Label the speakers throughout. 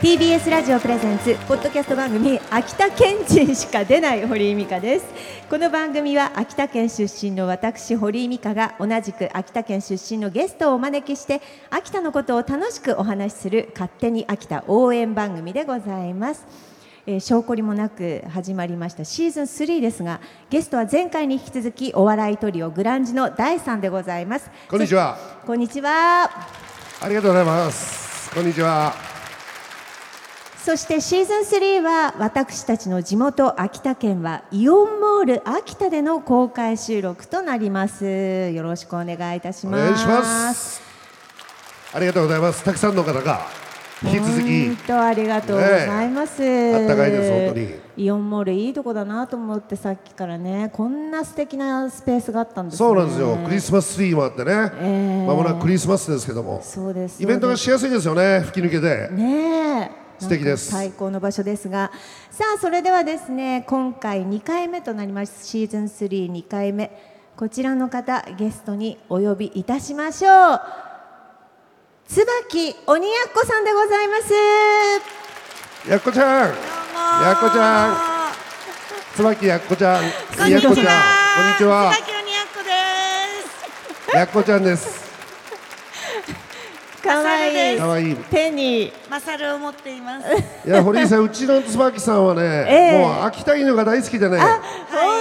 Speaker 1: TBS ラジオプレゼンツポッドキャスト番組秋田県人しか出ない堀井美香ですこの番組は秋田県出身の私堀井美香が同じく秋田県出身のゲストをお招きして秋田のことを楽しくお話しする勝手に秋田応援番組でございますえー、証拠りもなく始まりましたシーズン3ですがゲストは前回に引き続きお笑いトリオグランジの第3でございます
Speaker 2: こんにちは
Speaker 1: こんにちは
Speaker 2: ありがとうございますこんにちは
Speaker 1: そしてシーズン3は私たちの地元秋田県はイオンモール秋田での公開収録となりますよろしくお願いいたし
Speaker 2: お
Speaker 1: ます
Speaker 2: 願いしますありがとうございますたくさんの方が引き続
Speaker 1: 本
Speaker 2: き
Speaker 1: 当ありがとうございます、
Speaker 2: ねえあったかいです本当に
Speaker 1: イオンモールいいとこだなと思ってさっきからねこんな素敵なスペースがあったんですね
Speaker 2: そうなんですよクリスマスツリーもあってねま、
Speaker 1: え
Speaker 2: もなくクリスマスですけども
Speaker 1: そうです
Speaker 2: イベントが
Speaker 1: そ
Speaker 2: しやすいですよね吹き抜け
Speaker 1: う
Speaker 2: て
Speaker 1: ですねえ
Speaker 2: 素敵です
Speaker 1: なんか最高の場所ですがさあそれではですね今回2回目となりますシーズン32回目こちらの方ゲストにお呼びいたしましょう椿鬼奴さんでございます
Speaker 2: やっこちゃんやっこちゃん
Speaker 3: あ
Speaker 2: 椿やっこちゃ
Speaker 3: こ
Speaker 2: ん
Speaker 3: んにち
Speaker 2: や
Speaker 3: は。
Speaker 2: っこちゃんこんにちは
Speaker 3: 椿野にやっこです。
Speaker 2: やっこちゃんです
Speaker 1: かわいい
Speaker 2: かわいい
Speaker 1: 手に
Speaker 3: マサルを持っています。
Speaker 2: いや堀井さんうちの椿さんはね、
Speaker 1: ええ
Speaker 2: もう秋田犬が大好きでね
Speaker 1: あ、
Speaker 3: は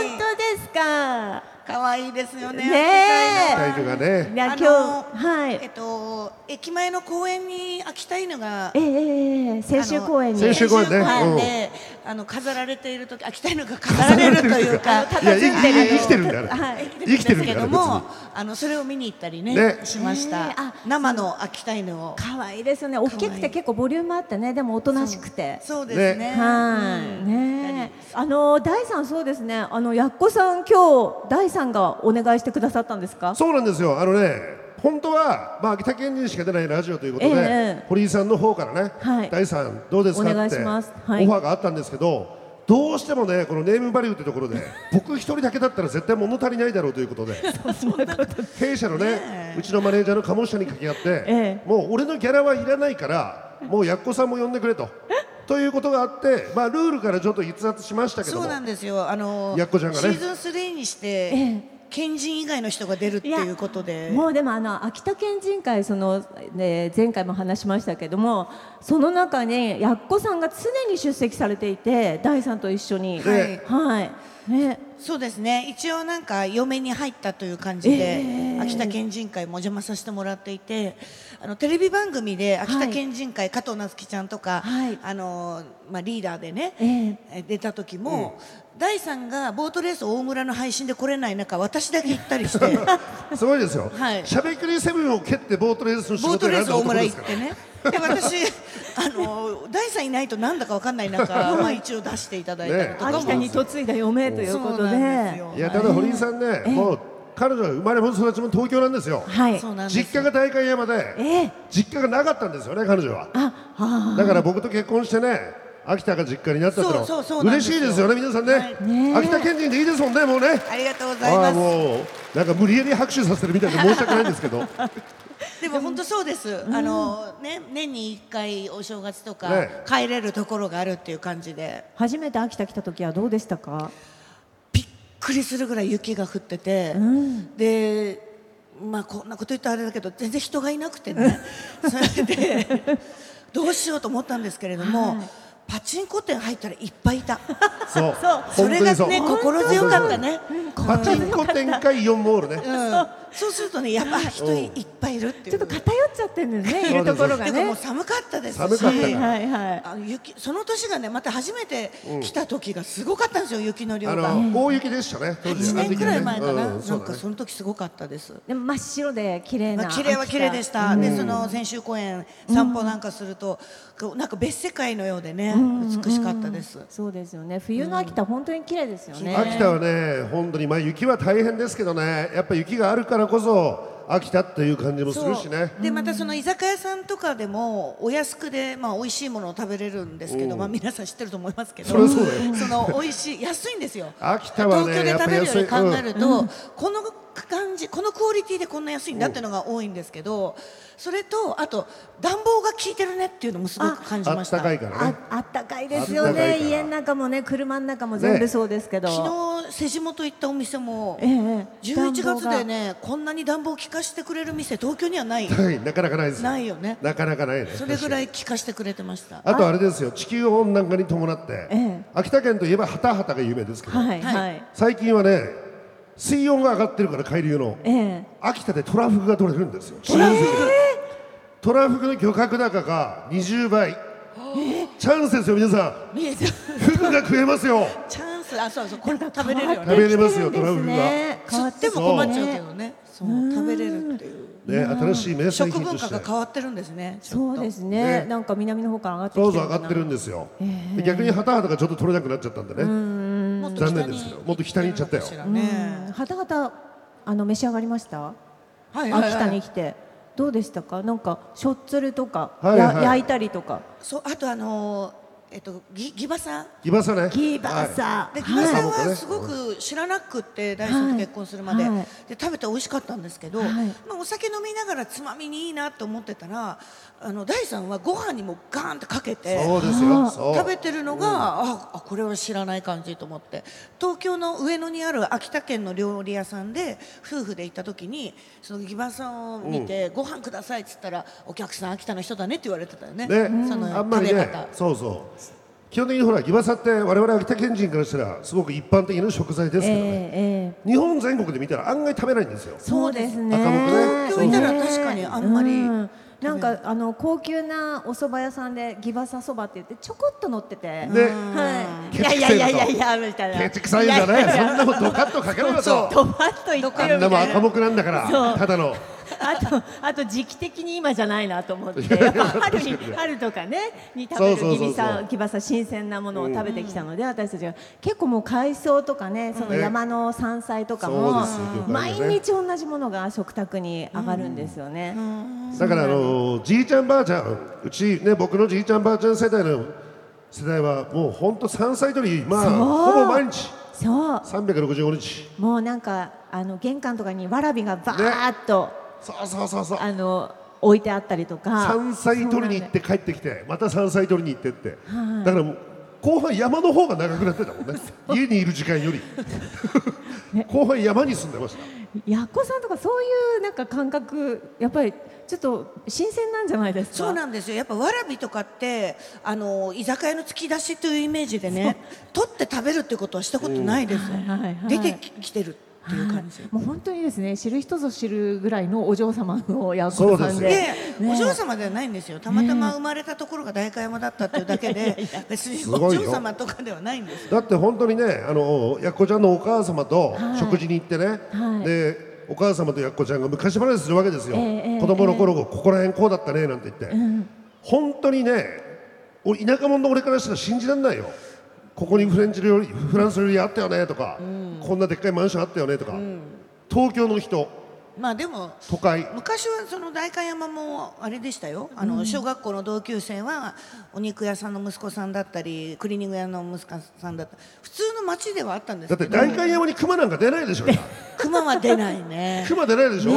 Speaker 3: い
Speaker 1: 本当ですか。
Speaker 3: 可愛いですよね。
Speaker 1: ねえ
Speaker 2: 秋田犬がね
Speaker 1: いや今
Speaker 3: 秋田
Speaker 1: 日
Speaker 3: 犬あの
Speaker 1: はい。
Speaker 3: えっと駅前の公園に秋田犬が
Speaker 1: ええええええ先週公演に。
Speaker 2: 先週公演ね
Speaker 3: 先週公演であの飾られている時秋田犬が飾られるというか、
Speaker 2: いや生き生きてるんだね、
Speaker 1: はい
Speaker 2: 生きてるん
Speaker 3: ですけど
Speaker 2: だね別
Speaker 3: も
Speaker 2: に、
Speaker 3: あのそれを見に行ったりね
Speaker 2: ね
Speaker 3: しまし
Speaker 1: ねえ
Speaker 3: た
Speaker 1: あ。
Speaker 3: 生の秋田犬を。
Speaker 1: 可愛いですよね。大きく
Speaker 3: 可愛
Speaker 1: て
Speaker 3: い
Speaker 1: 結構ボリュームあってね、でもおとなしくて。
Speaker 3: そうですね。
Speaker 1: はい、
Speaker 3: うん
Speaker 1: ねえ。あの第三そうですね。あのやっこさん今日第三がお願いしてくださったんで すか。
Speaker 2: そうなんですよあのね本当は、まあ、秋田県人しか出ないラジオということで、
Speaker 1: ええええ
Speaker 2: 堀井さんの方からね、
Speaker 1: はい
Speaker 2: 第3どうですか
Speaker 1: お願い
Speaker 2: っ
Speaker 1: してますはい
Speaker 2: オファーがあったんですけどどうしてもねこのネームバリューってところ で僕一人だけだったら絶対物足りないだろうということで弊社のねうちのマネージャーの鴨下に掛け合って、
Speaker 1: え
Speaker 2: もう俺のギャラはいらないからもうやっこさんも呼んでくれと。ということがあって、まあ、ルールからちょっと逸脱しましたけど
Speaker 3: そう
Speaker 2: も
Speaker 3: なんですよ。あの
Speaker 2: やっこちゃんがね
Speaker 3: シーズン3にして、県人以外の人が出るっていうことで、
Speaker 1: もうでもあの秋田県人会その、ね、前回も話しましたけどもその中にやっこさんが常に出席されていて第三と一緒に
Speaker 2: で
Speaker 3: はい
Speaker 1: はいね
Speaker 3: そうですね。一応なんか嫁に入ったという感じで、秋田県人会もお邪魔させてもらっていて、あのテレビ番組で秋田県人会、加藤夏樹ちゃんとか、
Speaker 1: はい
Speaker 3: あのまあリーダーでね、
Speaker 1: え
Speaker 3: え出た時も、第三がボートレース大村の配信で来れない中、私だけ行ったりして、
Speaker 2: すごいですよ、
Speaker 3: はい
Speaker 2: しゃべくりセブンを蹴ってボートレースの仕
Speaker 3: ボー
Speaker 2: 事
Speaker 3: ト
Speaker 2: に
Speaker 3: レー
Speaker 2: なっ
Speaker 3: ス
Speaker 2: た
Speaker 3: 大
Speaker 2: 男
Speaker 3: 村
Speaker 2: で
Speaker 3: 行
Speaker 2: す
Speaker 3: っ
Speaker 2: から
Speaker 3: てね。で私あの第三いないとなんだかわかんない中、まあ一応出していただいたりとかも。
Speaker 1: 秋田に嫁いだ嫁ということ
Speaker 3: そうなんです
Speaker 1: で
Speaker 3: よ
Speaker 2: いやただ堀井さんね、もう彼女は生まれも育ちも東京なんですよ、
Speaker 1: はい
Speaker 3: そうなんです
Speaker 2: 実家が代官山で
Speaker 1: ええ
Speaker 2: 実家がなかったんですよね彼女は
Speaker 1: あは
Speaker 2: だから僕と結婚してね秋田が実家になったっての
Speaker 3: そうそうそう
Speaker 2: は
Speaker 3: なんで
Speaker 2: 嬉
Speaker 3: す
Speaker 2: し
Speaker 3: よ
Speaker 2: いですよね皆さんね,、
Speaker 1: ねえ
Speaker 2: 秋田県人でいいですもんねもうね
Speaker 3: ありがとうござい
Speaker 2: あ
Speaker 3: ま
Speaker 2: あもうなんか無理やり拍手させるみたいで申し訳ないんですけどね
Speaker 3: す。でも本当そうです。あのね年に一回お正月とか
Speaker 2: ね
Speaker 3: 帰れるところがあるっていう感じで
Speaker 1: あ初めて秋田来た時はどうでしたか
Speaker 3: びっくりするぐらい雪が降ってて、でまあこんなこと言ったらあれだけど全然人がいなくてね。 それでどうしようと思ったんですけれども。パチンコ店入ったらいっぱいいた。
Speaker 2: そう
Speaker 3: それが
Speaker 2: 本当に
Speaker 3: ね心強かったね。
Speaker 2: パチンコ展開イオンモールね
Speaker 3: うんそうするとね、やっぱ人いっぱいいるってい
Speaker 1: ちょっ
Speaker 3: う。
Speaker 1: と偏っちゃってるんですねいるところが
Speaker 3: てかも
Speaker 1: ね
Speaker 3: う寒かったですし。
Speaker 2: 寒かった
Speaker 1: は
Speaker 2: か
Speaker 1: い
Speaker 2: ら
Speaker 1: はいはい
Speaker 3: あの雪その年がねまた初めて来た時がすごかったんですよ、雪の量
Speaker 2: あ
Speaker 3: が
Speaker 2: の大雪でしたね当時
Speaker 3: 1年くらい前かな、
Speaker 2: うん
Speaker 3: な
Speaker 2: そうんだ
Speaker 3: か
Speaker 2: ね
Speaker 3: その時すごかったです、
Speaker 1: でも真っ白で綺麗
Speaker 3: まあ、
Speaker 1: な
Speaker 3: 綺麗は
Speaker 1: 秋田
Speaker 3: 綺麗でした、でその千秋公園散歩なんかすると、こうなんか別世界のようでね、美しかったです、
Speaker 1: そうですよね冬の秋田本当に綺麗ですよね
Speaker 2: 秋田はね、本当に、まあ、雪は大変ですけどね、やっぱ雪があるからこそ、秋田っていう感じもするしね。
Speaker 3: でまたその居酒屋さんとかでもお安くで、まあ、美味しいものを食べれるんですけど、まあ、皆さん知ってると思いますけど
Speaker 2: そりゃそうだよ
Speaker 3: その美味しい安いんですよ
Speaker 2: 秋田はね
Speaker 3: 東京で食べるより
Speaker 2: やっぱ安い
Speaker 3: 考えると、この感じこのクオリティでこんな安いんだっていうのが多いんですけどそれとあと暖房が効いてるねっていうのもすごく感じ
Speaker 2: あ
Speaker 3: ま
Speaker 2: っ
Speaker 3: した
Speaker 2: たか
Speaker 3: 昨
Speaker 2: いから
Speaker 1: あ
Speaker 2: ね
Speaker 1: あったかいですよ
Speaker 2: あったか
Speaker 1: ね
Speaker 2: いから
Speaker 1: 家の中もね車の中も全部
Speaker 2: ね
Speaker 1: そうですけど、
Speaker 3: 日瀬地元行ったお店も
Speaker 1: ええ
Speaker 3: 11
Speaker 1: 暖房
Speaker 3: 月
Speaker 1: が
Speaker 3: でねこんなに暖房効かしてくれる店東京には ない
Speaker 2: はいなかなかないです
Speaker 3: ないよね
Speaker 2: なかなかないね
Speaker 3: それぐら
Speaker 2: い
Speaker 3: い効かしてくれてました
Speaker 2: あとあれですよ地球温暖化に伴って、
Speaker 1: ええ
Speaker 2: 秋田県といえばハタハタが有名ですけど、
Speaker 1: はいはい、
Speaker 2: 最近はね水温が上がってるから海流の
Speaker 1: ええ
Speaker 2: 秋田でトラフグが取れるんですよトラフグトラフグの漁獲高が20倍チャンスですよ皆さ
Speaker 3: 見えてる
Speaker 2: んフグが食えますよ
Speaker 3: チャンスあそうそうこれ食べれるよ
Speaker 2: 食
Speaker 3: ね
Speaker 2: べれますよ
Speaker 1: できてるんです
Speaker 3: 釣
Speaker 1: ね
Speaker 3: っても困っちゃうけどねそう食べれるっていう
Speaker 2: ね新しい名産
Speaker 3: 食
Speaker 2: 品
Speaker 3: 文
Speaker 2: とし
Speaker 3: 化
Speaker 2: て
Speaker 3: が変わってるんですねちょ
Speaker 1: そ
Speaker 3: っ
Speaker 1: う
Speaker 3: と
Speaker 1: ですね
Speaker 2: ね
Speaker 1: なんか南の方から上がってきて
Speaker 2: ど
Speaker 1: る
Speaker 2: うぞ上がってるんですよ、で逆にハタハタがちょっと取れなくなっちゃったんでね、
Speaker 3: もっと
Speaker 2: 残
Speaker 3: 北
Speaker 2: 念
Speaker 3: に
Speaker 2: ですけどもっと北に行っちゃったよ
Speaker 3: 行るのかしらね
Speaker 1: はたはたあの召し上がりました
Speaker 3: はいはいはい
Speaker 1: 秋田に来てどうでしたかなんかしょっつるとか、
Speaker 2: はいはい
Speaker 1: や焼いたりとか
Speaker 3: そうあとあのーえっとぎギバさん
Speaker 2: ギバサね
Speaker 1: ギバ
Speaker 2: はい
Speaker 1: サ、
Speaker 3: で木
Speaker 1: は
Speaker 3: 村
Speaker 1: い
Speaker 3: さん
Speaker 2: はい
Speaker 3: はすごく知らなくって大さんと結婚するまで,、
Speaker 1: はい
Speaker 3: で食べて美味しかったんですけど、
Speaker 1: はい
Speaker 3: まあ、お酒飲みながらつまみにいいなと思ってたらあの大さんはご飯にもガーンってかけて
Speaker 2: そうですよそう
Speaker 3: 食べてるのが、ああこれは知らない感じと思って東京の上野にある秋田県の料理屋さんで夫婦で行った時にそのギバさんを見て、ご飯くださいっつったらお客さん秋田の人だねって言われてたよね
Speaker 2: ね、
Speaker 3: その
Speaker 2: あんま
Speaker 3: 食
Speaker 2: り
Speaker 3: べ
Speaker 2: ね
Speaker 3: 方。
Speaker 2: そうそう基本的にほらギバサって我々秋田県人からしたらすごく一般的な食材です
Speaker 1: え
Speaker 2: けどね、
Speaker 1: えええ
Speaker 2: 日本全国で見たら案外食べないんですよ
Speaker 1: そうですね
Speaker 2: 赤僕ね
Speaker 3: 東京いたら確かにあんまり
Speaker 1: うんなんかあの高級なお蕎麦屋さんでギバサそばって言ってちょこっと乗ってて、
Speaker 2: ね
Speaker 1: はい、い
Speaker 2: ケチ
Speaker 1: や
Speaker 2: く
Speaker 1: い
Speaker 2: せえ
Speaker 1: や
Speaker 2: と
Speaker 1: いやいやいやみたいな
Speaker 2: ケチくさいんだね
Speaker 1: いやいやい
Speaker 2: そんなもんドカッとかけろよ
Speaker 1: や
Speaker 2: と
Speaker 1: ドバッといって
Speaker 2: あ
Speaker 1: る
Speaker 2: んな
Speaker 1: み
Speaker 2: もん
Speaker 1: たい
Speaker 2: 赤
Speaker 1: な
Speaker 2: 僕なんだからただの
Speaker 1: あとあと時期的に今じゃないなと思ってやっぱ春に春とかねに食べ
Speaker 2: そうそ
Speaker 1: る
Speaker 2: うそうそう
Speaker 1: ギビサギバサ新鮮なものを食べてきたので、私たちが結構もう海藻とかねその
Speaker 2: ね
Speaker 1: 山の山菜とか
Speaker 2: そう
Speaker 1: も、
Speaker 2: ですよ魚介
Speaker 1: 毎
Speaker 2: ね
Speaker 1: 日同じものが食卓に上がるんですよね。
Speaker 2: だからあのじいちゃんばあちゃんうちね僕のじいちゃんばあちゃん世代の世代はもうほんと山菜採りまあ
Speaker 1: そう
Speaker 2: ほぼ毎日
Speaker 1: そう
Speaker 2: 365日
Speaker 1: もうなんかあの玄関とかにわらびがバーっと、
Speaker 2: そうそうそうそう
Speaker 1: あの置いてあったりとか
Speaker 2: 山菜取りに行って帰ってきてまた山菜取りに行ってって、だからもう後半山の方が長くなってたもんね家にいる時間 より後半山に住んでました
Speaker 1: やっこさんとかそういうなんか感覚やっぱりちょっと新鮮なんじゃないですか
Speaker 3: そうなんですよやっぱわらびとかってあの居酒屋の突き出しというイメージでね取って食べるってことはしたことないです、
Speaker 1: はいはいはい
Speaker 3: 出てきてるっていう感じ、
Speaker 1: もう本当にですね知る人ぞ知るぐらいのお嬢様のやっ
Speaker 2: そ
Speaker 1: こ
Speaker 2: うで
Speaker 1: さ
Speaker 2: す
Speaker 1: んで
Speaker 2: よ
Speaker 3: で、
Speaker 1: ね
Speaker 3: お嬢様ではないんですよたまたま生まれたところが代官山だった っていうだけで、別にお
Speaker 2: ごいよ
Speaker 3: 嬢様とかではないんですよ
Speaker 2: だって本当にねあのやっこちゃんのお母様と
Speaker 1: はい
Speaker 2: 食事に行ってね、
Speaker 1: はい
Speaker 2: でお母様とやっこちゃんが昔話するわけですよ、
Speaker 1: ええええ
Speaker 2: 子供の頃、ここら辺こうだったねなんて言って、本当にねお田舎者の俺からしたら信じられないよここにフレンチ料理フランス料理あったよねとか、こんなでっかいマンションあったよねとか、東京の人
Speaker 3: まあでも
Speaker 2: 都会
Speaker 3: 昔はその代官山もあれでしたよ、あの小学校の同級生はお肉屋さんの息子さんだったりクリーニング屋の息子さんだった普通の町ではあったんで
Speaker 2: だ
Speaker 3: す
Speaker 2: って
Speaker 3: けど
Speaker 2: 代官山に熊なんか出ないでしょ今
Speaker 3: 熊は出ないね
Speaker 2: 熊出ないでしょ、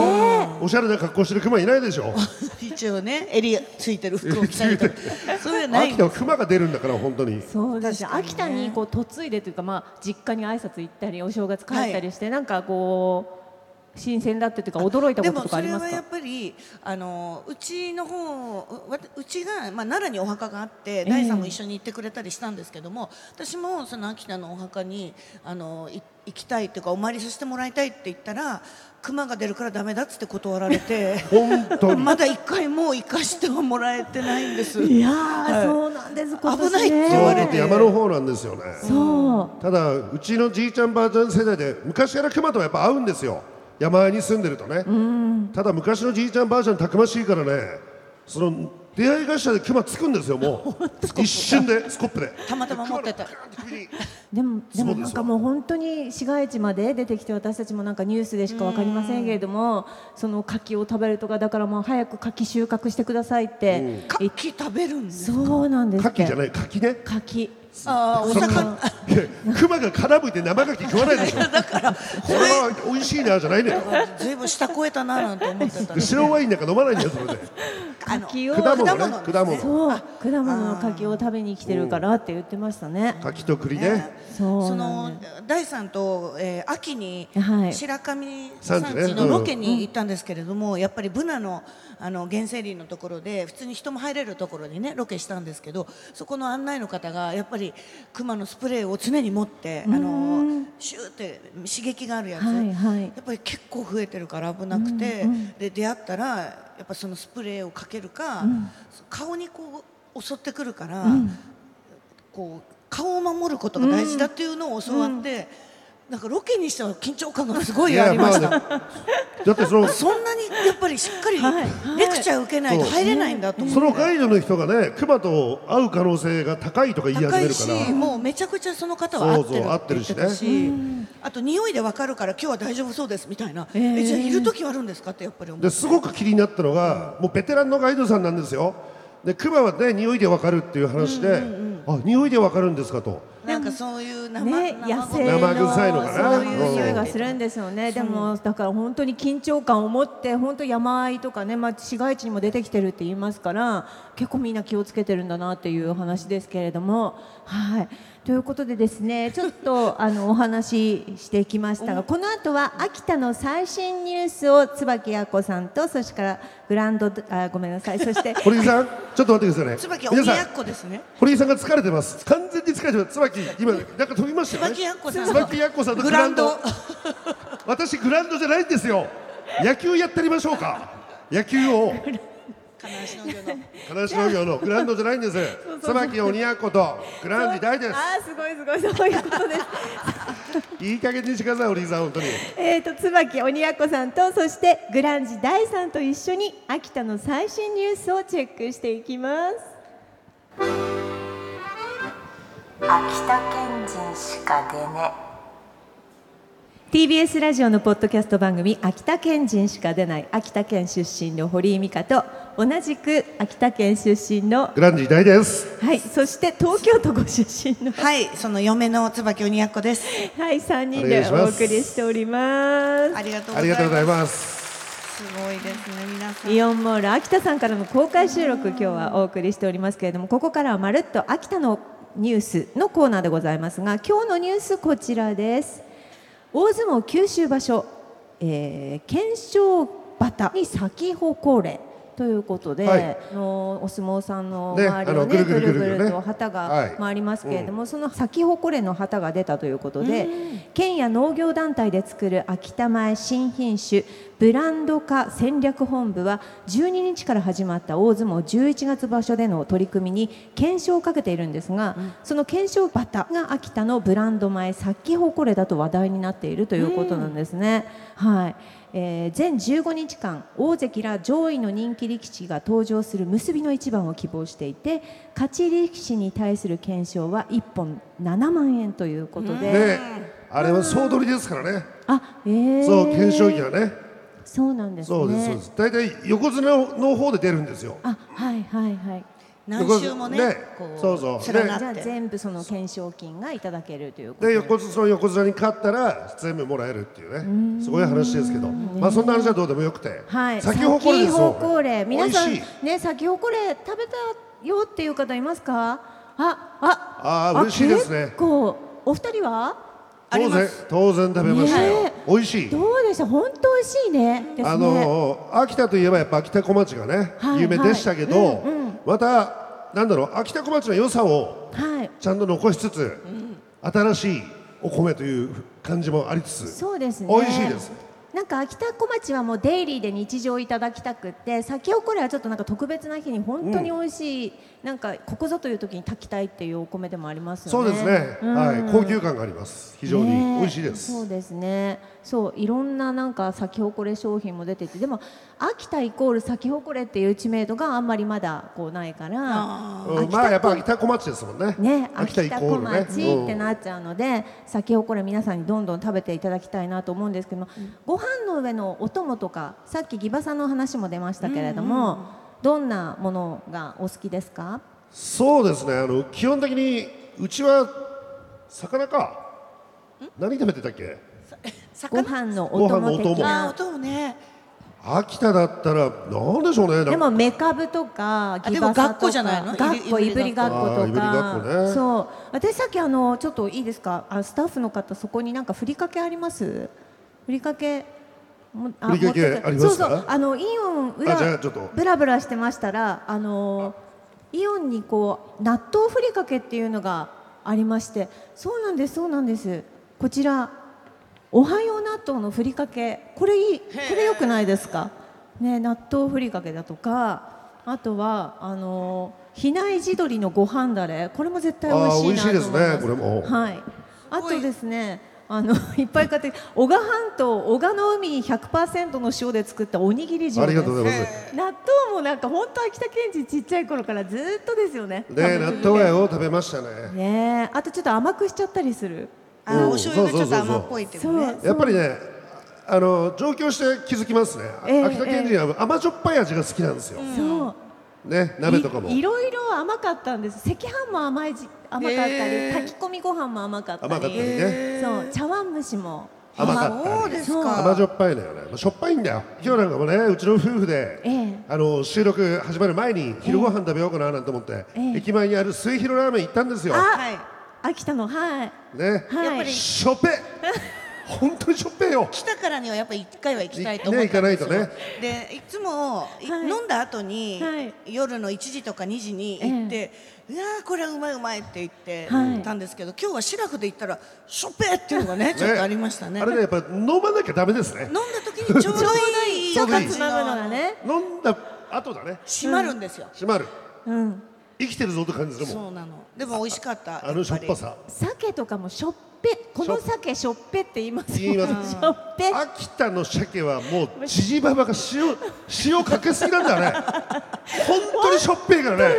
Speaker 2: おしゃれな格好してる熊いないでし ょ
Speaker 3: 一応ね襟ついてる服を着たりとかそれはない
Speaker 2: 秋田は熊が出るんだから本当に
Speaker 1: そうですね
Speaker 3: 確かにね
Speaker 1: 秋田にこう嫁いでというかまあ実家に挨拶行ったりお正月帰ったりして、なんかこう新鮮だってというか驚いた
Speaker 3: で
Speaker 1: こと
Speaker 3: も
Speaker 1: とか
Speaker 3: そ
Speaker 1: あり
Speaker 3: れ
Speaker 1: ます
Speaker 3: はや
Speaker 1: か
Speaker 3: っぱりあのうちの方うわうちが、まあ、奈良にお墓があって
Speaker 1: え
Speaker 3: 大さんも一緒に行ってくれたりしたんですけども、私もその秋田のお墓にあのい行きたいというかお参りさせてもらいたいって言ったら熊が出るからダメだっつって断られて
Speaker 2: 本当に
Speaker 3: まだ一回も行かしてはもらえてないんです。
Speaker 1: いやー、
Speaker 3: い
Speaker 1: そうなんです今年ね
Speaker 3: 危ないって言
Speaker 2: そう
Speaker 3: わ
Speaker 2: だ
Speaker 3: れ
Speaker 2: って
Speaker 3: て
Speaker 2: 山の方なんですよね
Speaker 1: そう
Speaker 2: ただうちのじいちゃんばあちゃん世代で昔から熊とはやっぱ合うんですよ山あいに住んでるとねただ昔のじいちゃんばあちゃんたくましいからねその出会い頭で熊つくんですよもう一瞬でスコップで
Speaker 3: たまたま持ってた
Speaker 2: 熊がガーンって首に
Speaker 1: でもでも
Speaker 2: そうですわ
Speaker 1: なんかもう本当に市街地まで出てきて私たちもなんかニュースでしかわかりませんけれどもその柿を食べるとかだからもう早く柿収穫してくださいって、
Speaker 3: 柿食べるんです
Speaker 1: そうなんです
Speaker 2: 牡蠣じゃ
Speaker 1: い
Speaker 2: ない柿ね
Speaker 1: 柿
Speaker 3: ああお魚
Speaker 2: いや熊が殻むいて生牡蠣食わないでしょだからこれは美味しいなじゃないのよ
Speaker 3: ずいぶん下超えたななんて思ってた
Speaker 2: で白ワインなんか飲まないんだよそれで
Speaker 3: あの
Speaker 1: 柿を
Speaker 2: 果物ね
Speaker 3: 果物
Speaker 2: 果物
Speaker 1: そう果物の柿を食べに来てるからって言ってましたね。
Speaker 2: 柿と栗ね
Speaker 1: そう
Speaker 3: そ
Speaker 1: なん
Speaker 3: の
Speaker 1: で
Speaker 3: 大さんと、えー秋に
Speaker 1: はい
Speaker 3: 白神
Speaker 2: 産
Speaker 3: 山
Speaker 2: 地ね
Speaker 3: 地のロケに行ったんですけれども、やっぱりブナのあの原生林のところで普通に人も入れるところにねロケしたんですけどそこの案内の方がやっぱり熊のスプレーを常に持ってあのシューって刺激があるやつ、
Speaker 1: はいはい
Speaker 3: やっぱり結構増えてるから危なくて、で出会ったらやっぱそのスプレーをかけるか、顔にこう襲ってくるから。こう顔を守ることが大事だっていうのを教わって、なんかロケにしては緊張感がすごいありました、
Speaker 2: いやあねだってその
Speaker 3: そんなにやっぱりしっかり
Speaker 1: はいはい
Speaker 3: レクチャー受けないと入れないんだと思っ
Speaker 2: そ
Speaker 3: て。
Speaker 2: のガイドの人がね熊と会う可能性が高いとか言い始
Speaker 3: 高
Speaker 2: め
Speaker 3: い
Speaker 2: るから
Speaker 3: し、もうめちゃくちゃその方は合ってるって言ってた
Speaker 2: そうそう
Speaker 3: し、あと匂いでわかるから今日は大丈夫そうですみたいな。
Speaker 1: ええ
Speaker 3: えじゃあいる時はあるんですかってやっぱり思う。
Speaker 2: ですごく気になったのがもうベテランのガイドさんなんですよで熊はね匂いでわかるっていう話で、あ匂いでわかるんですかと
Speaker 3: なんかそういう生
Speaker 1: ね、
Speaker 3: 生
Speaker 1: 野
Speaker 3: ご
Speaker 1: 生の
Speaker 2: 生臭いのかな
Speaker 1: そういう匂いがするんですよね、でもだから本当に緊張感を持って本当山あいとかね、まあ、市街地にも出てきてるって言いますから結構みんな気をつけてるんだなっていう話ですけれども。はいということでですねちょっとあのお話ししてきましたがこの後は秋田の最新ニュースを椿亜子さんとそしてからグランドあごめんなさいそして
Speaker 2: 堀井さんちょっと待ってくださいね
Speaker 3: 椿
Speaker 2: 皆
Speaker 3: 鬼
Speaker 2: さん
Speaker 3: 奴ですね。
Speaker 2: 堀井さんが疲れてます完全に疲れてます椿今なんか飛びましたよね
Speaker 3: 椿奴さんと
Speaker 2: 椿奴さんとグ
Speaker 3: グ
Speaker 2: ラ
Speaker 3: ラ
Speaker 2: ン
Speaker 3: ン
Speaker 2: ド
Speaker 3: ド。
Speaker 2: 私グランドじゃないんですよ野球やってみましょうか野球を
Speaker 3: 金足農業の。
Speaker 2: 金足農業のグランドじゃないんです椿鬼奴とグランディ大です
Speaker 1: あーすごいすごいそういうことです
Speaker 2: いい加減にしてください堀井さん本当に
Speaker 1: えー、と椿鬼奴さんとそしてグランジ大さんと一緒に秋田の最新ニュースをチェックしていきます
Speaker 4: 秋田県人しか出ね
Speaker 1: TBS ラジオのポッドキャスト番組「秋田県人しか出ない秋田県出身の堀井美香」と同じく秋田県出身の、
Speaker 2: グランディ大です
Speaker 1: はい、そして東京都ご出身の、
Speaker 3: はい、その嫁の椿鬼奴です。
Speaker 1: はい、3人
Speaker 2: お願い
Speaker 1: で
Speaker 2: し
Speaker 1: お
Speaker 2: ます
Speaker 1: 送りしております
Speaker 3: ありがとうご
Speaker 2: あ
Speaker 3: ざ
Speaker 2: り
Speaker 3: い
Speaker 2: がとうござい
Speaker 3: ま
Speaker 2: ます
Speaker 3: す。すごいですね、皆さん。
Speaker 1: イオンモール秋田さんからの公開収録今日はお送りしておりますけれどもここからはまるっと秋田のニュースのコーナーでございますが今日のニュースこちらです大相撲九州場所、えー、検証旗に先誇れということで、
Speaker 2: はい
Speaker 1: あのお相撲さんの
Speaker 2: ね
Speaker 1: 周りをね
Speaker 2: あの
Speaker 1: ぐ
Speaker 2: ぐる
Speaker 1: る
Speaker 2: ぐ
Speaker 1: ぐ
Speaker 2: る
Speaker 1: る
Speaker 2: ぐるぐるね
Speaker 1: と旗
Speaker 2: はい
Speaker 1: が回りますけれども、その先誇れの旗が出たということで、県や農業団体で作る秋田前新品種ブランド化戦略本部は12日から始まった大相撲11月場所での取り組みに検証をかけているんですが、その検証旗が秋田のブランド前先誇れだと話題になっているということなんですね。はいえー全15日間大関ら上位の人気力士が登場する結びの一番を希望していて勝ち力士に対する懸賞は1本7万円ということで、
Speaker 2: ねあれは総取りですからね
Speaker 1: あ、えー、
Speaker 2: そう検証儀はね
Speaker 1: そうなんですね
Speaker 2: そうですそうです大体横綱の方で出るんですよ
Speaker 1: あはいはいはい
Speaker 3: 何周もね
Speaker 2: ね
Speaker 3: こう
Speaker 2: そうそう
Speaker 3: 連
Speaker 2: あ
Speaker 1: じ
Speaker 3: な
Speaker 1: ゃあ
Speaker 3: って、
Speaker 1: 全部その懸賞金がいただけるということ
Speaker 2: で横綱その横綱に勝ったら全部もらえるっていうねすごい話ですけどまあそんな話はどうでもよくて、
Speaker 1: はい、
Speaker 2: 先誇れですよ
Speaker 1: 先誇れ皆さ
Speaker 2: 美味
Speaker 1: ん
Speaker 2: しい
Speaker 1: ね先誇れ食べたよっていう方いますかああ
Speaker 2: あー嬉しいですね
Speaker 1: 結構お二人は
Speaker 3: あり
Speaker 2: 当
Speaker 3: ま
Speaker 2: 然
Speaker 3: す
Speaker 2: 当然食べましたよ、
Speaker 1: ね
Speaker 2: 美味しい
Speaker 1: どうでした本当美味しいねですね
Speaker 2: あのー秋田といえばやっぱ秋田小町がね、
Speaker 1: はい
Speaker 2: 有名でしたけど、
Speaker 1: はいうん
Speaker 2: またなんだろう秋田小町の良さを
Speaker 1: はい
Speaker 2: ちゃんと残しつつ、新しいお米という感じもありつつ
Speaker 1: そうですね
Speaker 2: 美味しいです
Speaker 1: なんか秋田小町はもうデイリーで日常いただきたくって先ほこれはちょっとなんか特別な日に本当に美味しい、なんかここぞという時に炊きたいっていうお米でもありますよね
Speaker 2: そうですね、
Speaker 1: うん
Speaker 2: はい、高級感があります非常に
Speaker 1: ねえ
Speaker 2: 美味しいです、
Speaker 1: そうですね。そういろんななんか先ほこれ商品も出てて、でも秋田イコール先ほこれっていう知名度があんまりまだこうないから、
Speaker 2: うん
Speaker 1: 秋田
Speaker 2: まあやっぱ秋田小町ですもんね
Speaker 1: ね、
Speaker 2: 秋
Speaker 1: 秋
Speaker 2: 田
Speaker 1: 田
Speaker 2: イコ
Speaker 1: 小
Speaker 2: ールね
Speaker 1: 町ってなっちゃうので、先ほこれ皆さんにどんどん食べていただきたいなと思うんですけども、ご飯の上のお供とか、さっきギバさんの話も出ましたけれども、どんなものがお好きですか？
Speaker 2: そうですねあの基本的にうちは魚か何食べてたっけ
Speaker 1: ご
Speaker 3: 魚
Speaker 1: 飯のお供
Speaker 2: ご飯のお
Speaker 1: 的
Speaker 2: 供
Speaker 3: あー
Speaker 1: な
Speaker 3: お。供ね
Speaker 2: 秋田だったらなんでしょうねなんか
Speaker 1: でもメカブとかギバ
Speaker 3: あでも
Speaker 1: サとか
Speaker 3: 学校じゃないの
Speaker 1: 学校い
Speaker 3: い
Speaker 1: ぶ
Speaker 3: ぶ
Speaker 1: り
Speaker 3: り
Speaker 1: 学
Speaker 3: 学
Speaker 1: 校
Speaker 2: 校
Speaker 1: とか
Speaker 2: あーいぶり学校ね
Speaker 1: そう私さっきあのちょっといいですかあスタッフの方そこになんかふりかけありますふりかけもあ
Speaker 2: ふりかけ
Speaker 1: 持ってて
Speaker 2: ありますか
Speaker 1: そうそうあのイオンう
Speaker 2: あじゃ
Speaker 1: ら
Speaker 2: あちょっと
Speaker 1: ブラブラしてましたらあのイオンにこう納豆ふりかけっていうのがありましてそうなんですそうなんですこちらおはよう納豆のふりかけこれいいこれ良くないですかね納豆ふりかけだとかあとはあの比内地鶏のご飯だれこれも絶対美味しいなと思います
Speaker 2: あー美味しいですねこれも
Speaker 1: はいあ
Speaker 3: すごい
Speaker 1: とですねあの いっぱい買って男鹿半島男鹿の海100%の塩で作ったおにぎり
Speaker 2: あ
Speaker 1: 塩
Speaker 2: り
Speaker 1: で
Speaker 2: が
Speaker 1: す
Speaker 2: とうございます
Speaker 1: 納豆もなんか本当秋田県人ちっちゃい頃からずっとですよね。
Speaker 2: ね納豆屋を食べましたね
Speaker 1: ねえあとちょっと甘くしちゃったりする。
Speaker 3: あ
Speaker 2: う
Speaker 3: ー
Speaker 2: ん
Speaker 3: お醤油がちょっと
Speaker 2: そうそうそ
Speaker 3: 甘
Speaker 2: うそう
Speaker 3: っぽいっていう
Speaker 1: そ
Speaker 3: か
Speaker 1: う
Speaker 3: ね。
Speaker 2: やっぱりねあの上京して気づきますね、あ
Speaker 1: ええ
Speaker 2: 秋田県人は甘じょっぱい味が好きなんですよ、
Speaker 1: そう。
Speaker 2: ね鍋とかも
Speaker 1: いいろいろ甘かったんです。赤飯も甘いじ甘かったり、
Speaker 3: へえ
Speaker 1: 炊き込みご飯も甘かったり。
Speaker 2: 甘かったりね
Speaker 1: そう茶碗蒸しも。
Speaker 2: 甘かったり
Speaker 3: そうですか
Speaker 2: 甘じょっぱいのよね、まあ、しょっぱいんだよ今日なんかもねうちの夫婦で、
Speaker 1: ええ
Speaker 2: あの収録始まる前に昼ご飯食べようかななんて思って、
Speaker 1: ええ
Speaker 2: 駅前にある末広ラーメン行ったんですよ、
Speaker 1: あ
Speaker 3: はい
Speaker 1: 秋田のはい。
Speaker 2: ね、
Speaker 1: はいやっぱり
Speaker 2: しょっぺ本当にしょっぺよ
Speaker 3: 来たからにはやっぱり一回は行きたいと思っ
Speaker 2: ね
Speaker 3: て
Speaker 2: 行かないとね
Speaker 3: でいつも、い
Speaker 1: はい
Speaker 3: 飲んだ後に、
Speaker 1: はい
Speaker 3: 夜の1時とか2時に行って、うわーこれはうまいうまいって言って、
Speaker 1: はい
Speaker 3: 行ったんですけど今日はシラフで行ったらしょっぺーっていうのがねちょっとありましたね
Speaker 2: あれねやっぱ飲まなきゃダメですね
Speaker 3: 飲んだ時にちょうどいい
Speaker 1: ちょっと
Speaker 3: 感
Speaker 1: つ
Speaker 3: じ
Speaker 1: まむのがね。
Speaker 2: 飲んだ後だね
Speaker 3: 締まるんですよ、
Speaker 2: 閉まる
Speaker 1: うん。
Speaker 2: 生きてるぞって感じするもん
Speaker 3: そうなのでも美味しかった
Speaker 2: あのしょっぱさ
Speaker 1: 鮭とかもしょっぺこの鮭しょっぺって言いますもん
Speaker 2: 言います
Speaker 1: しょっぺ
Speaker 2: 秋田の鮭はもうジジババが塩塩かけすぎなんだね本当にしょっぺいからね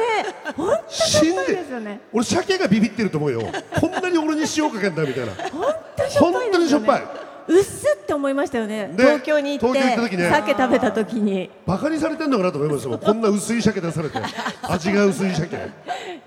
Speaker 1: 本当し
Speaker 2: 死
Speaker 1: ょ
Speaker 2: ん
Speaker 1: っぱい
Speaker 2: で
Speaker 1: ですよね
Speaker 2: 俺鮭がビビってると思うよこんなに俺に塩かけんだみたいな
Speaker 1: 本当にしょっ
Speaker 2: 本
Speaker 1: ぱいですよね
Speaker 2: 当にしょっぱいう
Speaker 1: っすって思いましたよね
Speaker 2: ね
Speaker 1: 東京に行って
Speaker 2: 東京行った時ね
Speaker 1: 鮭食べた時に
Speaker 2: バカにされてんのかなと思いましたもんこんな薄い鮭出されて味が薄い鮭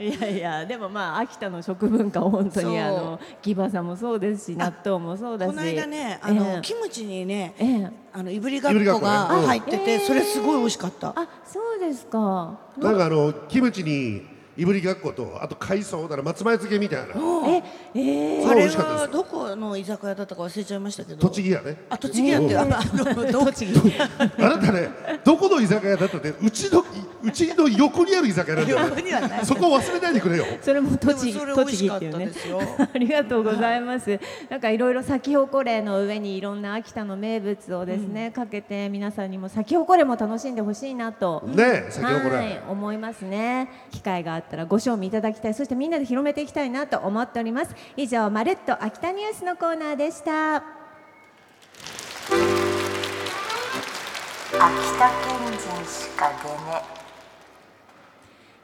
Speaker 1: いやいやでもまあ秋田の食文化本当
Speaker 3: そう
Speaker 1: にあのギバさんもそうですし納豆もそうだし
Speaker 3: この間ねあの、
Speaker 1: ええ
Speaker 3: キムチにね、
Speaker 1: ええ
Speaker 3: あのいぶりがっこが
Speaker 2: いぶりがっこねうん
Speaker 3: 入ってて、
Speaker 1: ええ
Speaker 3: それすごい美味しかった、
Speaker 1: あそうですか
Speaker 2: なんかあのキムチにいぶりがっことあと海藻だら松前漬けみたいな
Speaker 1: ええー
Speaker 2: そ
Speaker 3: あ
Speaker 2: れ美
Speaker 3: れ
Speaker 2: 味しかったです
Speaker 3: はどこの居酒屋だったか忘れちゃいましたけど
Speaker 2: 栃木やね
Speaker 3: あ栃木屋ってあのあの栃木
Speaker 2: あなたねどこの居酒屋だったってうちのうちの横にある居酒屋なんだよ
Speaker 3: 横にはない
Speaker 2: そこ忘れないでくれよ
Speaker 1: それも栃木
Speaker 3: でもそれ美
Speaker 1: 栃
Speaker 3: 味
Speaker 1: 木
Speaker 3: しか
Speaker 1: っ
Speaker 3: って
Speaker 1: い
Speaker 3: た
Speaker 1: うね
Speaker 3: で。すよ
Speaker 1: ありがとうございます。なんかいろいろ咲き誇れの上にいろんな秋田の名物をですね、かけて皆さんにも咲き誇れも楽しんでほしいなと。
Speaker 2: ねえ咲き誇れ
Speaker 1: はい思いますね。機会があったらご賞味いただきたい。そしてみんなで広めていきたいなと思っております。以上まるっと秋田ニュースのコーナーでした。
Speaker 4: 秋田県人しか出ね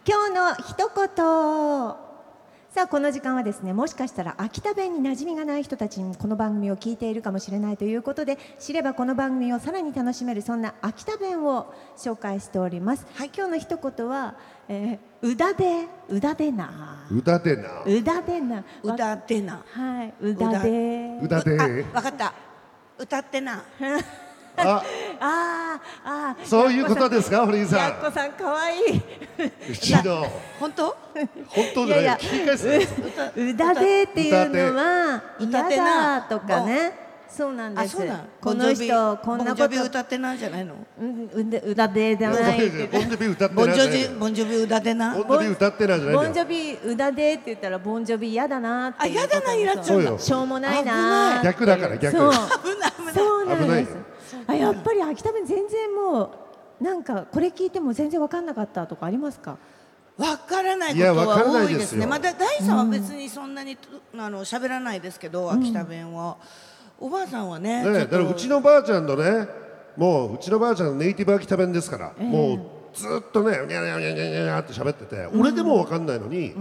Speaker 1: 今日の一言さあこの時間はですねもしかしたら秋田弁に馴染みがない人たちにもこの番組を聞いているかもしれないということで知ればこの番組をさらに楽しめるそんな秋田弁を紹介しております、今日の一言は、えー、うだでうだでな
Speaker 2: うだ てな
Speaker 1: うだでな
Speaker 3: 歌ってな
Speaker 1: はいうだで
Speaker 2: うだて
Speaker 3: あわかった歌ってな
Speaker 2: あ
Speaker 1: あーあー
Speaker 2: そういうことですか堀井
Speaker 1: や
Speaker 2: さ
Speaker 1: っこさんかわいい
Speaker 2: んうちの
Speaker 3: 本当
Speaker 2: 本当じゃないよ聞き返すなよ
Speaker 1: うだでっていうのは
Speaker 3: う
Speaker 1: 嫌
Speaker 3: だて
Speaker 1: だとかねそうなんで
Speaker 3: あ
Speaker 1: す
Speaker 3: そうなん
Speaker 1: この人こん
Speaker 3: ボ
Speaker 1: なこ
Speaker 3: ンジョビボンジョビ
Speaker 1: と
Speaker 3: 歌ってなじゃないの
Speaker 1: うんうんでうだでじゃないって
Speaker 2: ボンジョビ歌って
Speaker 3: ボン
Speaker 2: な
Speaker 3: ジ
Speaker 2: じ
Speaker 3: ョ
Speaker 2: ゃない
Speaker 3: ビボンジョビ歌ってな
Speaker 2: ボンジョビ歌ってなじゃない
Speaker 1: ボ
Speaker 2: ん
Speaker 1: ン
Speaker 2: だ
Speaker 1: ジ
Speaker 2: よ
Speaker 1: ョビうだでって言ったらボンジョビ嫌だなってい
Speaker 3: あ
Speaker 1: う
Speaker 3: 嫌だなになっち
Speaker 2: ゃう
Speaker 1: こ
Speaker 2: んだ
Speaker 1: ともしょうもないなー
Speaker 2: 逆だから逆
Speaker 1: そう
Speaker 3: 危ない危ない
Speaker 1: そうなんです
Speaker 2: 危ない
Speaker 1: あやっぱり秋田弁全然もうなんかこれ聞いても全然わかんなかったとかありますか
Speaker 3: わからないこ
Speaker 2: いや
Speaker 3: と
Speaker 2: わから
Speaker 3: は
Speaker 2: ない
Speaker 3: 多
Speaker 2: ですよ
Speaker 3: いですね。まあだ大さんは別にそんなに、あの喋らないですけど、秋田弁は。おばあさんはね。
Speaker 2: ね
Speaker 3: ちょ
Speaker 2: だ
Speaker 3: っ
Speaker 2: か
Speaker 3: と
Speaker 2: らうちのばあちゃんのねもううちのばあちゃんのネイティブ秋田弁ですから、もうずっとねにゃにゃにゃにゃにゃにゃって喋ってて、俺でも分かんないのに、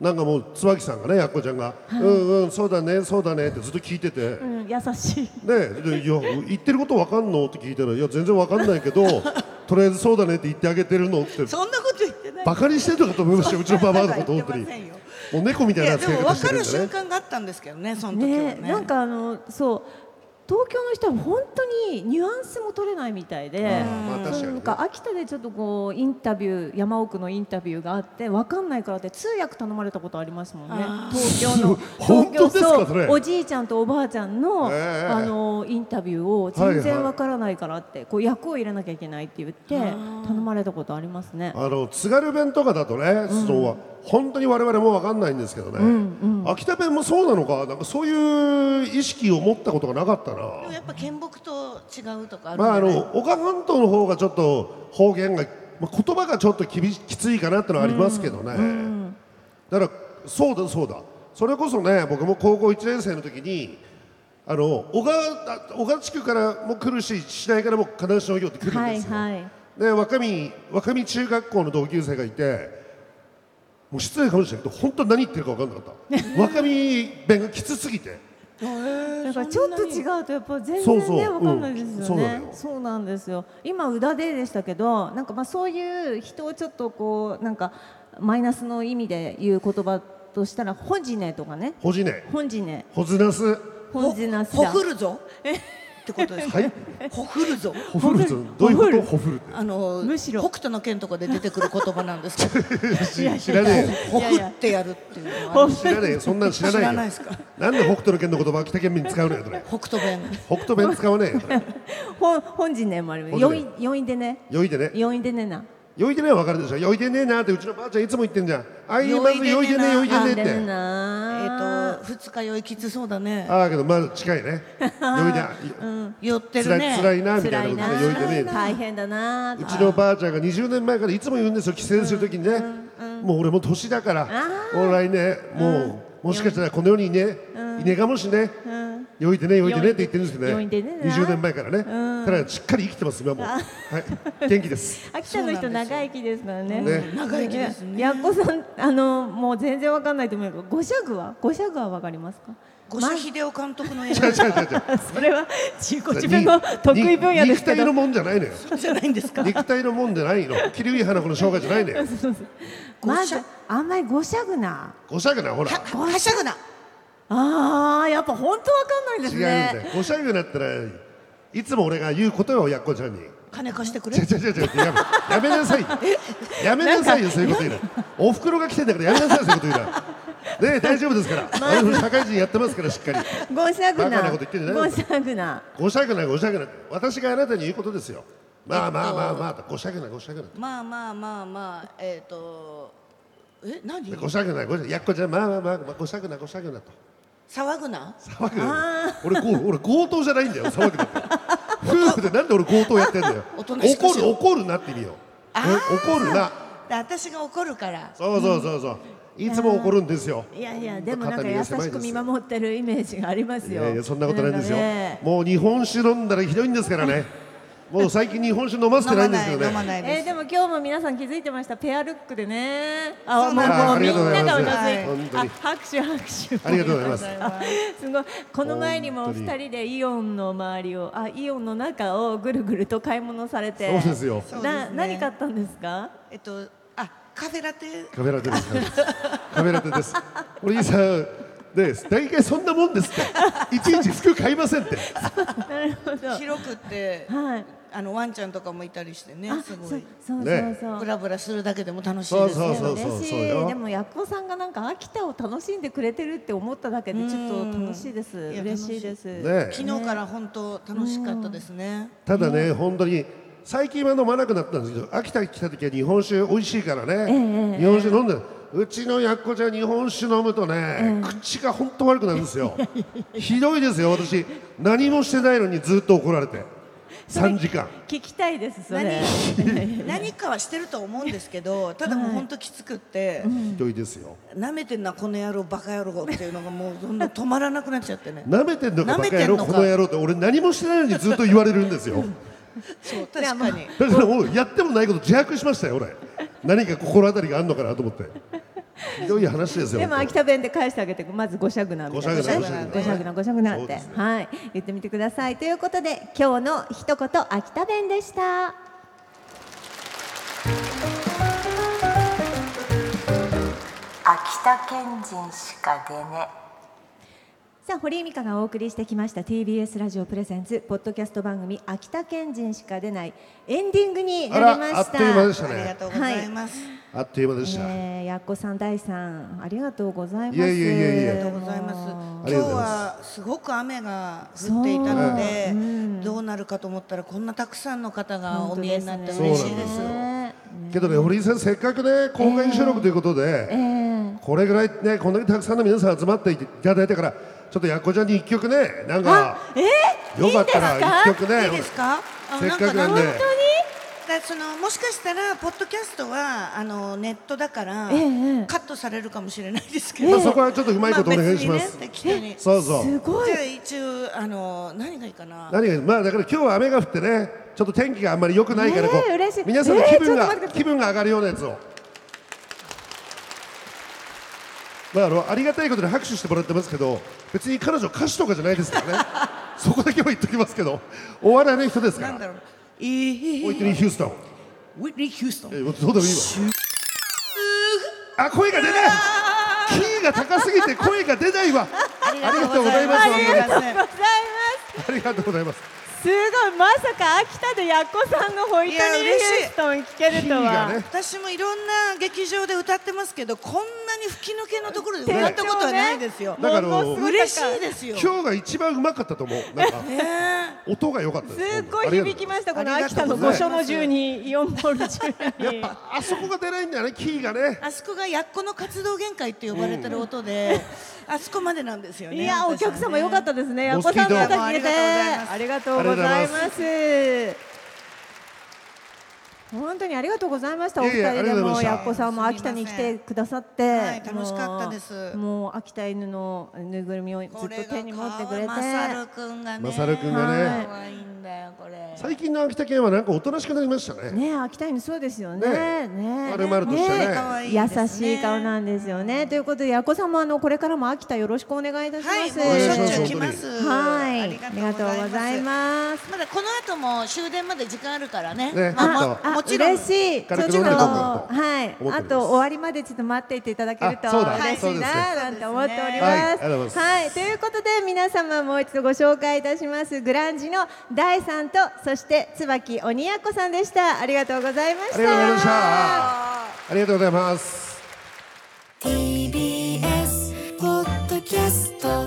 Speaker 2: なんかもう椿さんがねやっこちゃんが、うんうんそうだねそうだねってずっと聞いてて、
Speaker 1: うん優しい
Speaker 2: ねでいや言ってること分かんのって聞いたらいや全然分かんない けどとりあえずそうだねって言ってあげてるのって
Speaker 3: そんなこと言ってない。
Speaker 2: バカにしてるのかと思いましたようちのばばあのこと
Speaker 3: 言っ
Speaker 2: 本
Speaker 3: て
Speaker 2: 当に
Speaker 3: ませんよ
Speaker 2: もう猫みたい
Speaker 3: い
Speaker 2: な
Speaker 3: やで
Speaker 2: 扱い
Speaker 3: も
Speaker 2: 方し
Speaker 3: 分か
Speaker 2: てるん
Speaker 3: る
Speaker 2: だ
Speaker 3: 瞬
Speaker 2: ね
Speaker 3: 間があったんですけどねその時は
Speaker 1: ね
Speaker 3: ね
Speaker 1: なんかあのそう東京の人は本当にニュアンスも取れないみたいで、
Speaker 2: まあ確かにね
Speaker 1: そうなんか秋田でちょっとこうインタビュー山奥のインタビューがあってわかんないからって通訳頼まれたことありますもんね
Speaker 3: あー
Speaker 1: 東京の
Speaker 2: 本当ですか
Speaker 1: 東京
Speaker 2: それ
Speaker 1: おじいちゃんとおばあちゃんの、
Speaker 2: ええ
Speaker 1: あのインタビューを全
Speaker 2: はいは
Speaker 1: 然
Speaker 2: い
Speaker 1: わからないからって、こう役を入れなきゃいけないって言って頼まれたことありますね。
Speaker 2: あの津軽弁とかだとね、その本当に我々も分かんないんですけどね、秋田弁もそうなのかなんかそういう意識を持ったことがなかった
Speaker 3: でも
Speaker 2: な、
Speaker 3: やっぱ県北と違うとかあるん
Speaker 2: まあ、あ
Speaker 3: でね
Speaker 2: の岡半島の方がちょっと方言が、まあ、言葉がちょっときびきついかなってのはありますけどね、だからそうだそうだそれこそね僕も高校1年生の時にあの小川あ小川地区からも来るし市内からも金足農業って来るんですよ、
Speaker 1: はいはい。
Speaker 2: で若見若見中学校の同級生がいてもう失礼かもしれないけど本当に何言ってるか分かんなかった若見弁がきつすぎて
Speaker 1: なんかちょっと違うとやっぱ全
Speaker 2: そう
Speaker 1: 然
Speaker 2: そう
Speaker 1: ねわかんないです
Speaker 2: うんそ
Speaker 1: よ
Speaker 2: うなの
Speaker 1: ね
Speaker 2: よ。
Speaker 1: そうなんですよ。今宇田ででしたけど、なんかまあそういう人をちょっとこうなんかマイナスの意味で言う言葉としたら本ジネとかね。
Speaker 2: ほじね
Speaker 1: 本ジネ、
Speaker 2: ほずなす
Speaker 1: 本ジナス
Speaker 3: ほ
Speaker 1: だ
Speaker 3: ほ。ふるぞってことですか
Speaker 2: はい
Speaker 3: ほふるぞ
Speaker 2: ほふるぞどういうことほふるっ
Speaker 3: あの
Speaker 1: むしろ
Speaker 3: 北斗の県とかで出てくる言葉なんです けど
Speaker 2: て知らね
Speaker 3: ほふってやるっていうのは
Speaker 2: えよ知らねえよそんなの知らないよ
Speaker 3: 知らないですか
Speaker 2: なんで北斗の県の言葉秋田県民に使うのよそれ
Speaker 3: 北斗弁
Speaker 2: 北斗弁使わねえよそれ
Speaker 1: 本本ジネもあります。
Speaker 2: 本
Speaker 1: よ
Speaker 2: 陣
Speaker 1: いよいでね。
Speaker 2: よいでね
Speaker 1: よいでねな。
Speaker 2: よいでねは分かるでしょよいでねえなってうちのばあちゃんいつも言ってんじゃんあいまず
Speaker 3: よ
Speaker 2: よい
Speaker 3: い
Speaker 2: で
Speaker 3: でね
Speaker 2: ね
Speaker 3: な
Speaker 2: よいで
Speaker 1: あ
Speaker 2: ね
Speaker 1: で
Speaker 2: っ
Speaker 1: ね
Speaker 2: て
Speaker 1: な。
Speaker 3: えっと二日酔いきつそうだね
Speaker 2: ああけどまあ近いねよいで
Speaker 3: 酔って
Speaker 2: つら
Speaker 3: る
Speaker 2: い
Speaker 3: ね
Speaker 2: 辛いなみた
Speaker 1: 辛
Speaker 2: い
Speaker 1: い
Speaker 2: なことでよいでねえって
Speaker 1: な。大変だな。
Speaker 2: うちのばあちゃんが20年前からいつも言うんですよ帰省するときにね、もう俺も年だからもう来年もう、もしかしたらこの世にいね、いねえかもしれねえ、よいでねよいでねって言ってるんですけどね
Speaker 1: よいでねな
Speaker 2: 20年前からね、ただしっかり生きてます今もう、はい、元気です
Speaker 1: 秋田の人長生きですからね。
Speaker 2: ね
Speaker 3: 長生きですね
Speaker 1: ねやっこさん、あの、もう全然わかんないと思うけど、五社具は、五社具はわかりますか。
Speaker 3: 五社秀夫監督の映
Speaker 2: 違う違
Speaker 3: 画
Speaker 2: う違う
Speaker 1: あ それは、自己 自分の得意分野ですけ
Speaker 2: 肉体の
Speaker 1: ど。
Speaker 2: もんじゃないのよ
Speaker 3: じゃないんです か
Speaker 2: 肉体のもんじゃないの桐生花子の生涯じゃないのよ
Speaker 1: まず、あんまり五社具な。
Speaker 2: ごしゃぐなほら違
Speaker 3: はしゃぐな
Speaker 1: ああ、やっぱ本当わかんないで
Speaker 2: う
Speaker 1: す
Speaker 2: んだ
Speaker 1: ね。
Speaker 2: よごしゃぐなったらいつも俺が言うことよやっこちゃんに
Speaker 3: 金貸してくれ
Speaker 2: 違う違う違う違うやめやめなさいよやめなさいよそういうこと言うのおふくろが来てんだからやめなさいよそういうこと言うなねえ大丈夫ですか ら私社会人やってますからしっかり
Speaker 1: 五社具
Speaker 2: バカ
Speaker 1: な
Speaker 2: なこと言ってんじゃ。ない
Speaker 1: 五社具な。
Speaker 2: ごしゃぐなごしゃぐな私があなたに言うことですよまあまあまあまあごしゃぐなごしゃぐな
Speaker 3: まあまあまあまあえっ、とえ何
Speaker 2: ごしゃぐなごしゃやっこちゃんまあまあまあまあごしゃぐなごしゃぐなと
Speaker 3: 騒ぐな
Speaker 2: 騒ぐな俺こう俺強盗じゃないんだよ騒ぐなって夫婦でなんで俺強盗やってんだよ
Speaker 3: お
Speaker 2: 怒
Speaker 3: となしくし
Speaker 2: る
Speaker 3: ろ
Speaker 2: 怒るなって意味よえ怒るな
Speaker 3: で私が怒るから
Speaker 2: そうそうそうそういつも怒るんですよ
Speaker 1: いやいや、でも、なんか優しく見守ってるイメージがあります
Speaker 2: い
Speaker 1: よ。
Speaker 2: やいやそんなことないんですよ、
Speaker 1: かね
Speaker 2: もう日本酒飲んだらひどいんですか らねもう最近日本酒飲ませて
Speaker 3: 飲
Speaker 2: な
Speaker 3: ま
Speaker 2: い
Speaker 3: ない
Speaker 2: んですけ
Speaker 3: 飲
Speaker 2: ど
Speaker 3: ま
Speaker 2: ね
Speaker 3: ない
Speaker 1: え
Speaker 3: で
Speaker 1: ー、
Speaker 3: す、
Speaker 1: でも今日も皆さん気づいてましたペアルックでね
Speaker 3: そ
Speaker 1: あ
Speaker 3: う
Speaker 1: もう
Speaker 3: なんです
Speaker 1: もうみんながうな
Speaker 3: あ
Speaker 1: ず
Speaker 3: り
Speaker 1: い
Speaker 3: がと
Speaker 1: て
Speaker 2: うございます
Speaker 1: あ拍手拍手
Speaker 2: ありがとうございます
Speaker 1: すごいこの前にもお
Speaker 2: 本当に
Speaker 1: 二人でイオンの周りをあイオンの中をぐるぐると買い物されて
Speaker 2: そうですよ
Speaker 3: そうです
Speaker 1: な
Speaker 3: ね
Speaker 1: 何買ったんですか
Speaker 3: えっとあカフェラテ
Speaker 2: カメラテですカメラテですお兄さんです大体そんなもんで すっていちいち服買いませんって
Speaker 1: なるほ どはい
Speaker 3: 広くって
Speaker 1: あ
Speaker 3: あのワンちゃんとかもいたりしてねす
Speaker 1: そ
Speaker 3: ご
Speaker 1: う
Speaker 3: い
Speaker 1: そうそう
Speaker 2: ね
Speaker 1: そう、
Speaker 3: ブラブラするだけでも楽しいです
Speaker 2: そう
Speaker 3: ね
Speaker 2: そうそう
Speaker 1: 嬉し
Speaker 2: そうよ
Speaker 1: いでもやっこさんがなんか秋田を楽しんでくれてるって思っただけでちょっと楽しいです
Speaker 3: んいや
Speaker 1: 嬉しいです
Speaker 2: ねえ
Speaker 3: 昨日から本当楽しかったですね
Speaker 2: ただね本当に最近は飲まなくなったんですけど秋田来た時は日本酒美味しいからね、日本酒飲んでうちのやっこちゃん日本酒飲むとね、口が本当悪くなるんですよひどいですよ私何もしてないのにずっと怒られて3時間
Speaker 1: 聞きたいですそれ
Speaker 3: 何何かはしてると思うんですけどただもう本当きつくって、
Speaker 2: ひどいですよ
Speaker 3: 舐めてんなこの野郎バカ野郎っていうのがもうどんどん止まらなくなっちゃってね
Speaker 2: 舐めてんのか
Speaker 3: 舐
Speaker 2: バ
Speaker 3: め
Speaker 2: カ
Speaker 3: て
Speaker 2: 野
Speaker 3: んのか
Speaker 2: 郎この野郎って俺何もしてないのにずっと言われるんですよ
Speaker 3: そう確かに
Speaker 2: だからもうやってもないこと自白しましたよ俺何か心当たりがあるのかなと思ってひどい話ですよ
Speaker 1: でも秋田弁で返してあげてまず五尺なんみたいな
Speaker 2: 五
Speaker 3: 尺なん
Speaker 1: 五尺なん五尺なんっ
Speaker 2: そう
Speaker 1: て
Speaker 2: ですね
Speaker 1: はい言ってみてくださいということで今日の一言秋田弁でした
Speaker 4: 秋田県人しか出ね
Speaker 1: さあ堀井美香がお送りしてきました TBS ラジオプレゼンツポッドキャスト番組「秋田県人しか出ない」エンディングにな
Speaker 2: あ
Speaker 1: り
Speaker 2: ら
Speaker 1: ました
Speaker 2: あっという間でした
Speaker 3: ありが
Speaker 2: ね
Speaker 3: とうございます。
Speaker 2: あっという間でした、
Speaker 1: えーやっこさん大さんありがとうございます
Speaker 2: いやいやいやいや
Speaker 3: ありがとうございます。
Speaker 2: あ
Speaker 1: もう
Speaker 2: り
Speaker 3: 今日
Speaker 2: がとうございます
Speaker 3: はすごく雨が降っていたので、どうなるかと思ったらこんなたくさんの方がお見えになって嬉しいです。
Speaker 1: ね
Speaker 2: けどね堀井さんせっかくね公開収録ということで、これぐらいねこんだけたくさんの皆さん集まっていただいたからちょっとやっこちゃんに一曲ねなんかよかったら一曲ね
Speaker 3: いいですか？あ
Speaker 2: せっかくなん
Speaker 3: か
Speaker 2: で
Speaker 3: かだそのもしかしたらポッドキャストはあのネットだから、
Speaker 1: ええ
Speaker 3: カットされるかもしれないですけ
Speaker 2: ま
Speaker 3: ど、
Speaker 2: あそこはちょっとうまいことお願いします
Speaker 3: あ別にね適当に
Speaker 2: そうそう
Speaker 1: すご
Speaker 3: じ
Speaker 1: い
Speaker 3: ゃあ一応あの何がいいかな。
Speaker 2: 何がまあだから今日は雨が降ってねちょっと天気があんまり良くないからこ
Speaker 1: ねえ
Speaker 2: う、
Speaker 1: 嬉しい
Speaker 2: 皆さんの気分
Speaker 1: えーちょっと待
Speaker 2: が、
Speaker 1: ってください
Speaker 2: 気分が上がるようなやつをまああのありがたいことに拍手してもらってますけど別に彼女歌手とかじゃないですから ねそこだけは言っときますけどお笑いの人ですか
Speaker 3: なん
Speaker 2: ら
Speaker 3: だろう。いい
Speaker 2: おいてにヒューストン
Speaker 3: ウィリー・ヒューストン
Speaker 2: え。ーそうでもいいわあ声が出ないキーが高すぎて声が出ないわありがとうございます
Speaker 3: ありがとうございま
Speaker 1: ございます
Speaker 2: ありがとうございます
Speaker 1: すごいまさか秋田でやっこさんのホイトニー・ヒ
Speaker 3: いや嬉しい
Speaker 1: ューストン聞ける
Speaker 2: キ
Speaker 1: と
Speaker 2: ーが
Speaker 1: は、
Speaker 2: ね
Speaker 3: 私もいろんな劇場で歌ってますけどこんなに吹き抜けのところで歌ったことはないですよ、
Speaker 2: だから
Speaker 1: ものすごい高い
Speaker 3: 嬉しいですよ
Speaker 2: 今日が一番うまかったと思う。なんか音が良かったですす。
Speaker 1: っごい響き
Speaker 2: す。
Speaker 1: ましたこの
Speaker 3: ありが
Speaker 1: 秋田
Speaker 3: と
Speaker 1: の
Speaker 3: うご
Speaker 1: 五
Speaker 3: ざいます
Speaker 1: 所の住にイオンモール住に
Speaker 2: あそこが出ないんだよね、キーがね。
Speaker 3: あそこがやっこの活動限界って呼ばれてる音で、あそこまでなんですよね
Speaker 1: いやお客様良かったですねやっ
Speaker 2: モ
Speaker 1: こ
Speaker 2: スキ
Speaker 1: さ
Speaker 2: ー
Speaker 1: んの
Speaker 2: ド
Speaker 1: 歌聞けてあ
Speaker 3: あ
Speaker 1: りがとうございます本当にありがとうございましたお
Speaker 2: い
Speaker 1: 二
Speaker 2: やいや
Speaker 1: 人で
Speaker 2: ありがとうご
Speaker 1: も
Speaker 2: ざいまし
Speaker 1: や
Speaker 2: た
Speaker 1: っこさんも秋田に来てくださって
Speaker 3: はい楽しかったです
Speaker 1: もうもう秋田犬のぬいぐるみをずっと手に持ってくれて
Speaker 3: マサルくんがね
Speaker 2: マサルくんがね
Speaker 1: はい
Speaker 3: 可愛いんだよこれ
Speaker 2: 最近の秋田県はなんかおとなしくなりましたね。
Speaker 1: ね秋田犬そうですよ
Speaker 2: ね
Speaker 1: ねね
Speaker 2: 丸々としたね
Speaker 3: 可愛い
Speaker 1: 優
Speaker 3: ですね
Speaker 1: しい顔なんですよね。ということで、やっこさんもあのこれからも秋田よろしくお願いいたしま
Speaker 3: はい
Speaker 1: す。
Speaker 3: もうしょっちゅう
Speaker 2: お願いし
Speaker 3: 来ます
Speaker 1: はい、ありがとうございます。
Speaker 3: まだこの後も終電まで時間あるからね
Speaker 2: ね
Speaker 3: ま
Speaker 2: ちょ
Speaker 3: あ
Speaker 2: っ
Speaker 3: も
Speaker 2: と
Speaker 1: あ
Speaker 3: もちろん
Speaker 1: 嬉しい。ちょっと
Speaker 2: 軽く飲んでいこうかなと
Speaker 1: はい
Speaker 2: 思っておりま、す
Speaker 1: あと終わりまでちょっと待っていていただけると
Speaker 2: あそうだ
Speaker 1: 嬉し
Speaker 2: そう
Speaker 1: い
Speaker 2: ですね
Speaker 1: ななんて思っており
Speaker 2: はいあ
Speaker 1: ま
Speaker 2: りがとうご
Speaker 1: す。
Speaker 2: ざい
Speaker 1: はい、ということで皆様もう一度ご紹介いたします。グランジの大さんとそして椿鬼奴さんでした。ありがとうございました。
Speaker 2: ありがとうございました。ありがとうございます。
Speaker 5: TBS ポッドキャスト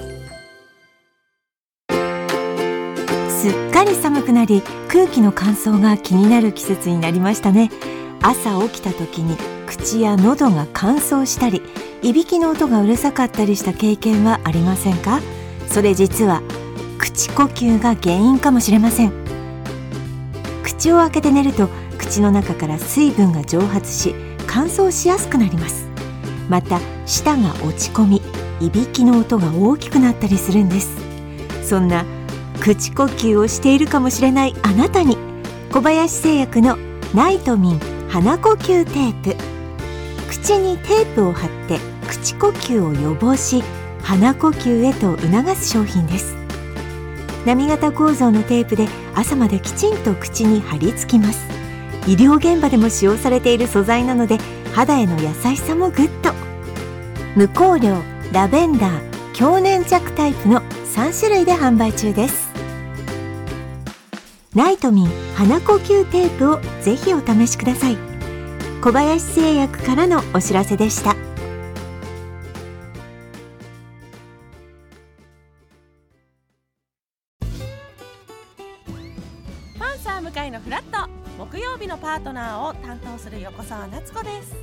Speaker 6: すっかり寒くなり空気の乾燥が気になる季節になりましたね朝起きた時に口や喉が乾燥したりいびきの音がうるさかったりした経験はありませんかそれ実は口呼吸が原因かもしれません口を開けて寝ると口の中から水分が蒸発し乾燥しやすくなりますまた舌が落ち込みいびきの音が大きくなったりするんですそんな口呼吸をしているかもしれないあなたに小林製薬のナイトミン鼻呼吸テープ口にテープを貼って口呼吸を予防し鼻呼吸へと促す商品です波形構造のテープで朝まできちんと口に貼り付きます医療現場でも使用されている素材なので肌への優しさもグッと無香料ラベンダー強粘着タイプの3種類で販売中ですナイトミン鼻呼吸テープをぜひお試しください小林製薬からのお知らせでした
Speaker 7: パンサー向かいのフラット木曜日のパートナーを担当する横澤夏子です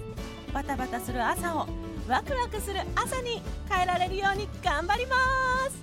Speaker 7: バタバタする朝をワクワクする朝に変えられるように頑張ります